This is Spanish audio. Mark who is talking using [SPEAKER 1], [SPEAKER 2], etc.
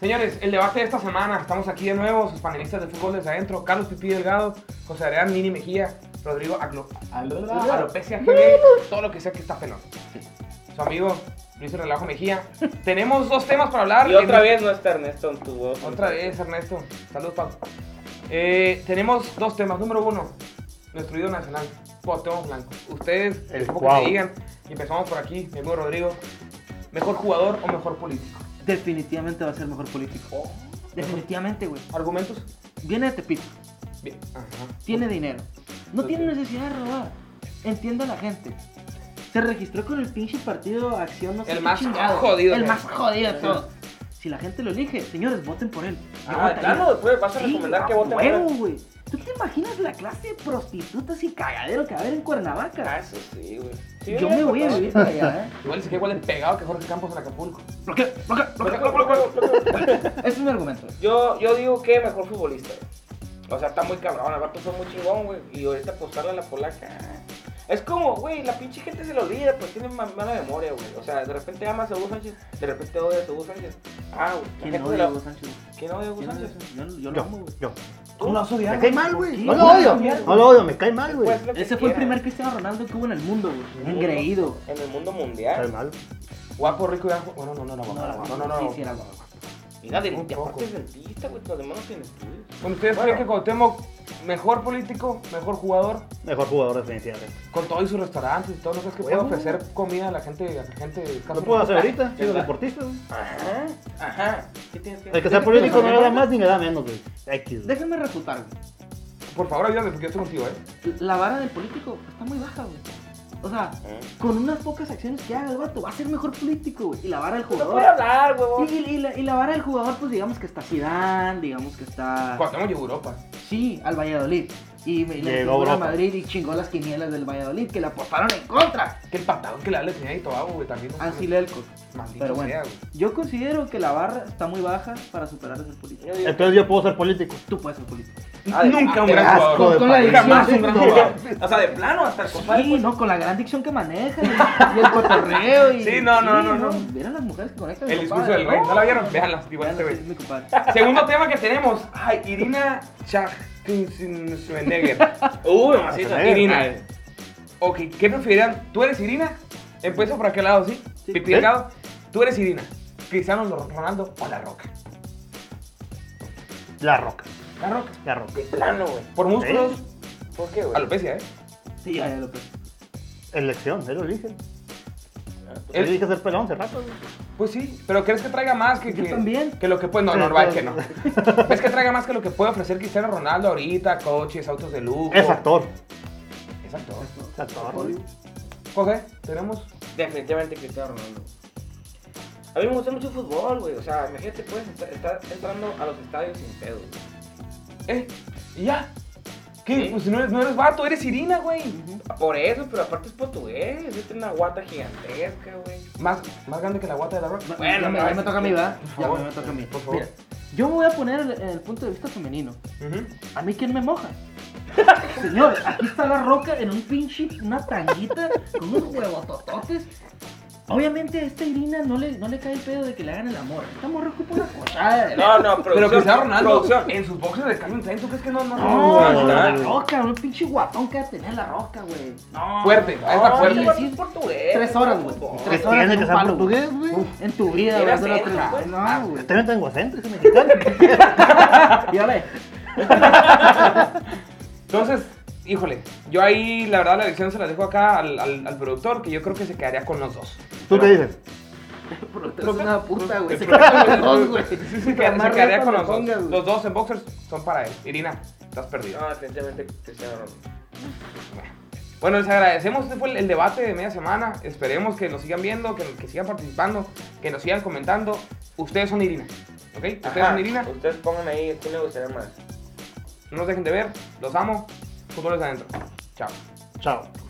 [SPEAKER 1] Señores, el debate de esta semana, estamos aquí de nuevo, sus panelistas de fútbol desde adentro, Carlos Pipí Delgado, José Adrián Nini Mejía, Rodrigo Aglo, Alopecia GB, todo lo que sea que está pelón. Su amigo Luis Relajo Mejía. Tenemos dos temas para hablar.
[SPEAKER 2] Y otra vez no está Ernesto en tu voz.
[SPEAKER 1] Otra vez, Ernesto. Saludos, Pau. Eh, tenemos dos temas. Número uno, nuestro ídolo nacional, Cuauhtémoc Blanco. Ustedes,
[SPEAKER 3] El
[SPEAKER 1] el poco
[SPEAKER 3] Cuau.
[SPEAKER 1] que digan. Y empezamos por aquí, mi amigo Rodrigo. ¿Mejor jugador o mejor político?
[SPEAKER 4] Definitivamente va a ser mejor político. Definitivamente, güey.
[SPEAKER 1] ¿Argumentos?
[SPEAKER 4] Viene de Tepito,
[SPEAKER 1] Bien. Ajá.
[SPEAKER 4] tiene dinero. No tiene necesidad de robar. Entiendo a la gente. Se registró con el pinche partido Acción no sé
[SPEAKER 1] El
[SPEAKER 4] qué
[SPEAKER 1] más
[SPEAKER 4] chingado.
[SPEAKER 1] jodido,
[SPEAKER 4] El
[SPEAKER 1] güey.
[SPEAKER 4] más jodido de todos. Si la gente lo elige, señores, voten por él. Yo
[SPEAKER 2] Ah,
[SPEAKER 4] votaría.
[SPEAKER 2] claro, después vas a
[SPEAKER 4] Sí,
[SPEAKER 2] recomendar
[SPEAKER 4] a
[SPEAKER 2] que voten
[SPEAKER 4] huevo,
[SPEAKER 2] por él.
[SPEAKER 4] güey. ¿Tú te imaginas la clase de prostitutas y cagadero que va a haber en
[SPEAKER 2] Ah,
[SPEAKER 4] Cuernavaca?
[SPEAKER 2] eso sí, güey. Sí,
[SPEAKER 4] Yo me voy a
[SPEAKER 2] por
[SPEAKER 4] vivir para allá, ¿eh?
[SPEAKER 1] Igual se queda igual de pegado que Jorge Campos en Acapulco.
[SPEAKER 4] ¿Por qué? ¿Por qué? ¿Por qué?
[SPEAKER 2] favor.
[SPEAKER 4] Es un argumento.
[SPEAKER 2] Yo, yo digo que mejor futbolista. güey. O sea, está muy cabrón. El vato fue muy chingón, güey. Y ahorita apostarle a la polaca. Es como, güey, la pinche gente se lo olvida, pues tiene ma- mala memoria, güey. O sea, de repente amas a Hugo Sánchez, de repente odias a Hugo Sánchez. Ah, güey. la
[SPEAKER 4] ¿Quién
[SPEAKER 2] gente
[SPEAKER 4] odia a
[SPEAKER 2] se lo-
[SPEAKER 4] Hugo Sánchez?
[SPEAKER 2] ¿Quién odia a Hugo
[SPEAKER 4] ¿Quién odia a
[SPEAKER 2] Sánchez?
[SPEAKER 4] Hugo Sánchez? Yo, yo lo
[SPEAKER 3] Yo,
[SPEAKER 4] amo, güey.
[SPEAKER 3] yo.
[SPEAKER 1] Tú no has
[SPEAKER 3] Me
[SPEAKER 1] odiado.
[SPEAKER 3] cae mal, güey.
[SPEAKER 4] Sí,
[SPEAKER 3] No lo
[SPEAKER 4] güey,
[SPEAKER 3] odio.
[SPEAKER 4] también,
[SPEAKER 3] No lo odio, me cae mal, güey.
[SPEAKER 2] Pues, lo que
[SPEAKER 4] Ese fue el
[SPEAKER 2] quiera.
[SPEAKER 4] primer Cristiano Ronaldo que hubo en el mundo, güey. Un engreído.
[SPEAKER 2] En el mundo
[SPEAKER 3] Me cae
[SPEAKER 2] mundial.
[SPEAKER 3] mal.
[SPEAKER 1] Guapo, rico y ajo. Bueno, no, no, no, guapo,
[SPEAKER 4] No, la
[SPEAKER 1] no, no, no,
[SPEAKER 4] sí,
[SPEAKER 1] no.
[SPEAKER 4] sí, era guapo.
[SPEAKER 2] Mira, de
[SPEAKER 1] Un
[SPEAKER 2] de
[SPEAKER 1] poco.
[SPEAKER 2] aparte es dentista, güey. Los demás no tienen estudios.
[SPEAKER 1] Bueno, ¿Ustedes
[SPEAKER 2] Bueno.
[SPEAKER 1] creen que Cuauhtémoc, mejor político, mejor jugador,
[SPEAKER 3] Mejor jugador definitivamente.
[SPEAKER 1] con todo y sus restaurantes y todo, ¿no crees que puede
[SPEAKER 3] Huevo.
[SPEAKER 1] ofrecer comida a la gente, a la gente escasa?
[SPEAKER 3] Lo puedo hacer ahorita, siendo
[SPEAKER 2] ¿verdad?
[SPEAKER 3] deportista. güey.
[SPEAKER 2] Ajá. Ajá. ¿Qué tienes que
[SPEAKER 3] El que sea político no le da más ni le da menos, güey. X, güey.
[SPEAKER 4] Déjenme refutar, güey.
[SPEAKER 1] Por favor, ayúdame porque yo estoy contigo, ¿eh?
[SPEAKER 4] La vara del político está muy baja, güey. O sea,
[SPEAKER 2] ¿Eh?
[SPEAKER 4] con unas pocas acciones que haga el vato, va a ser mejor político, güey. Y la vara del
[SPEAKER 2] No puede
[SPEAKER 4] jugador.
[SPEAKER 2] hablar, huevón.
[SPEAKER 4] Y, y- y la, y la vara del jugador, pues digamos que está Zidane, digamos que está.
[SPEAKER 1] Cuauhtémoc llegó a Europa.
[SPEAKER 4] Sí, al Valladolid. Y me le
[SPEAKER 3] Llegó
[SPEAKER 4] metió a
[SPEAKER 3] Europa.
[SPEAKER 4] Madrid y chingó las quinielas del Valladolid, que la apostaron en contra.
[SPEAKER 1] Que el patadón que le da la señal y Tobago, güey, también. Ah, no
[SPEAKER 4] Ansel
[SPEAKER 1] mames.
[SPEAKER 4] Elcos.
[SPEAKER 1] Maldito
[SPEAKER 4] Pero
[SPEAKER 1] sea,
[SPEAKER 4] bueno,
[SPEAKER 1] güey.
[SPEAKER 4] yo considero que la barra está muy baja para superar a ser político.
[SPEAKER 2] Yo digo-
[SPEAKER 3] Entonces yo puedo ser político.
[SPEAKER 4] Tú puedes ser político.
[SPEAKER 2] Ah, de-
[SPEAKER 1] Nunca un
[SPEAKER 3] qué
[SPEAKER 1] gran
[SPEAKER 3] asco
[SPEAKER 1] jugador.
[SPEAKER 3] de
[SPEAKER 4] Con la
[SPEAKER 3] país.
[SPEAKER 4] dirección
[SPEAKER 3] Jamás
[SPEAKER 4] es
[SPEAKER 3] un gran
[SPEAKER 4] un
[SPEAKER 3] jugador.
[SPEAKER 2] O sea, de plano hasta el compadre.
[SPEAKER 4] Sí,
[SPEAKER 2] pues,
[SPEAKER 4] no, con la gran dicción que maneja y, y el cotorreo. Y,
[SPEAKER 1] Sí, no, no, no, no.
[SPEAKER 4] Vieron las mujeres que conectan.
[SPEAKER 1] El discurso del rey, ¿no la vieron? Véanla, igual este güey. Segundo tema que tenemos. Ay, Irina Schwarzenegger.
[SPEAKER 2] Uy, mamacita.
[SPEAKER 3] Schwarzenegger.
[SPEAKER 1] Irina. Ok, ¿qué preferirán? ¿Tú eres Irina? Empiezo por aquel lado, ¿sí?
[SPEAKER 4] Sí.
[SPEAKER 1] Pipi
[SPEAKER 3] ¿Sí?
[SPEAKER 1] Delgado. ¿Tú eres Irina? Cristiano Ronaldo o La Roca.
[SPEAKER 3] La roca.
[SPEAKER 1] La Roca.
[SPEAKER 3] La roca.
[SPEAKER 2] De plano, güey.
[SPEAKER 1] Por músculos,
[SPEAKER 2] ¿Por qué, güey?
[SPEAKER 1] alopecia, ¿eh?
[SPEAKER 4] Sí, ya, ya lo pensé.
[SPEAKER 3] Elección, él lo elige. Él
[SPEAKER 1] Él-
[SPEAKER 3] elige ser pelón hace rato, güey.
[SPEAKER 1] Pues sí, pero ¿crees que traiga más que,
[SPEAKER 4] Yo
[SPEAKER 1] que,
[SPEAKER 4] también.
[SPEAKER 1] que lo que puede? No, no, no, es que no. ¿Crees que traiga más que lo que puede ofrecer Cristiano Ronaldo ahorita? Coches, autos de lujo.
[SPEAKER 3] Es actor.
[SPEAKER 1] Exacto.
[SPEAKER 3] Es actor, güey.
[SPEAKER 1] Coge, tenemos.
[SPEAKER 2] Definitivamente Cristiano Ronaldo. A mí me gusta mucho el fútbol, güey. O sea, imagínate, puedes estar, estar entrando a los estadios sin pedo, güey.
[SPEAKER 1] ¿Eh? ¿Y ya? ¿Qué?
[SPEAKER 2] Sí.
[SPEAKER 1] Pues no eres, no eres vato, eres Irina, güey.
[SPEAKER 2] Por eso, pero aparte es portugués. Tiene una guata gigantesca, güey.
[SPEAKER 1] Más, más grande que la guata de la roca.
[SPEAKER 2] Bueno,
[SPEAKER 4] ya, me,
[SPEAKER 2] no,
[SPEAKER 4] ya me
[SPEAKER 2] sí,
[SPEAKER 4] toca a mí,
[SPEAKER 2] sí.
[SPEAKER 4] ¿verdad?
[SPEAKER 1] Por
[SPEAKER 4] Ya
[SPEAKER 1] favor,
[SPEAKER 4] me toca a mí.
[SPEAKER 1] por favor.
[SPEAKER 4] Mira, yo me voy a poner en el, en el punto de vista femenino.
[SPEAKER 1] Ujú.
[SPEAKER 4] ¿A mí quién me moja? Señor, aquí está la roca en un pinche, una tanguita con unos huevotototes. Obviamente a esta Irina no le, no le cae el pedo de que le hagan el amor. Esta morra ocupa una cochada. de-
[SPEAKER 2] No, no, producción.
[SPEAKER 1] Pero Cristiano Ronaldo,
[SPEAKER 2] Producción.
[SPEAKER 1] en sus boxes de Calvin Klein, ¿tú crees que no? no,
[SPEAKER 4] No,
[SPEAKER 1] no,
[SPEAKER 4] no,
[SPEAKER 1] no,
[SPEAKER 4] la
[SPEAKER 3] no.
[SPEAKER 4] roca, un pinche guapón que va a tener la roca, güey. No.
[SPEAKER 1] Fuerte, ahí está
[SPEAKER 2] No,
[SPEAKER 1] fuerte.
[SPEAKER 2] ese vato es portugués.
[SPEAKER 4] Tres horas, güey.
[SPEAKER 2] Fútbol.
[SPEAKER 3] Que
[SPEAKER 4] Tres horas
[SPEAKER 3] tiene
[SPEAKER 4] en
[SPEAKER 3] que
[SPEAKER 4] un
[SPEAKER 3] ser
[SPEAKER 4] palo,
[SPEAKER 3] portugués, güey.
[SPEAKER 4] En tu vida,
[SPEAKER 2] Tiene
[SPEAKER 4] güey. hazlo
[SPEAKER 2] acento,
[SPEAKER 4] otra
[SPEAKER 2] pues.
[SPEAKER 4] vez. No, güey.
[SPEAKER 3] También tengo acento, es mexicano.
[SPEAKER 4] Ya ve.
[SPEAKER 1] Entonces, híjole, yo ahí la verdad la elección se la dejo acá al, al- al productor, que yo creo que se quedaría con los dos.
[SPEAKER 3] Tú qué dices.
[SPEAKER 4] Pero tú eres una puta, güey. Se
[SPEAKER 1] Pero-
[SPEAKER 4] quedan los dos, güey.
[SPEAKER 1] Sí, se queda- se
[SPEAKER 4] Amarra
[SPEAKER 1] quedaría con
[SPEAKER 4] cuando
[SPEAKER 1] los dos.
[SPEAKER 4] pongas, güey.
[SPEAKER 1] Los dos en boxers son para él. Irina, estás perdida.
[SPEAKER 2] No, definitivamente Cristiano Ronaldo.
[SPEAKER 1] Bueno, les agradecemos. Este fue el, el debate de media semana. Esperemos que nos sigan viendo, que, que sigan participando, que nos sigan comentando. Ustedes son Irina. ¿Ok? Ustedes
[SPEAKER 2] Ajá.
[SPEAKER 1] son Irina.
[SPEAKER 2] Ustedes pongan ahí quién le gustaría más.
[SPEAKER 1] No nos dejen de ver. Los amo. Fútbol es adentro. Chao.
[SPEAKER 3] Chao.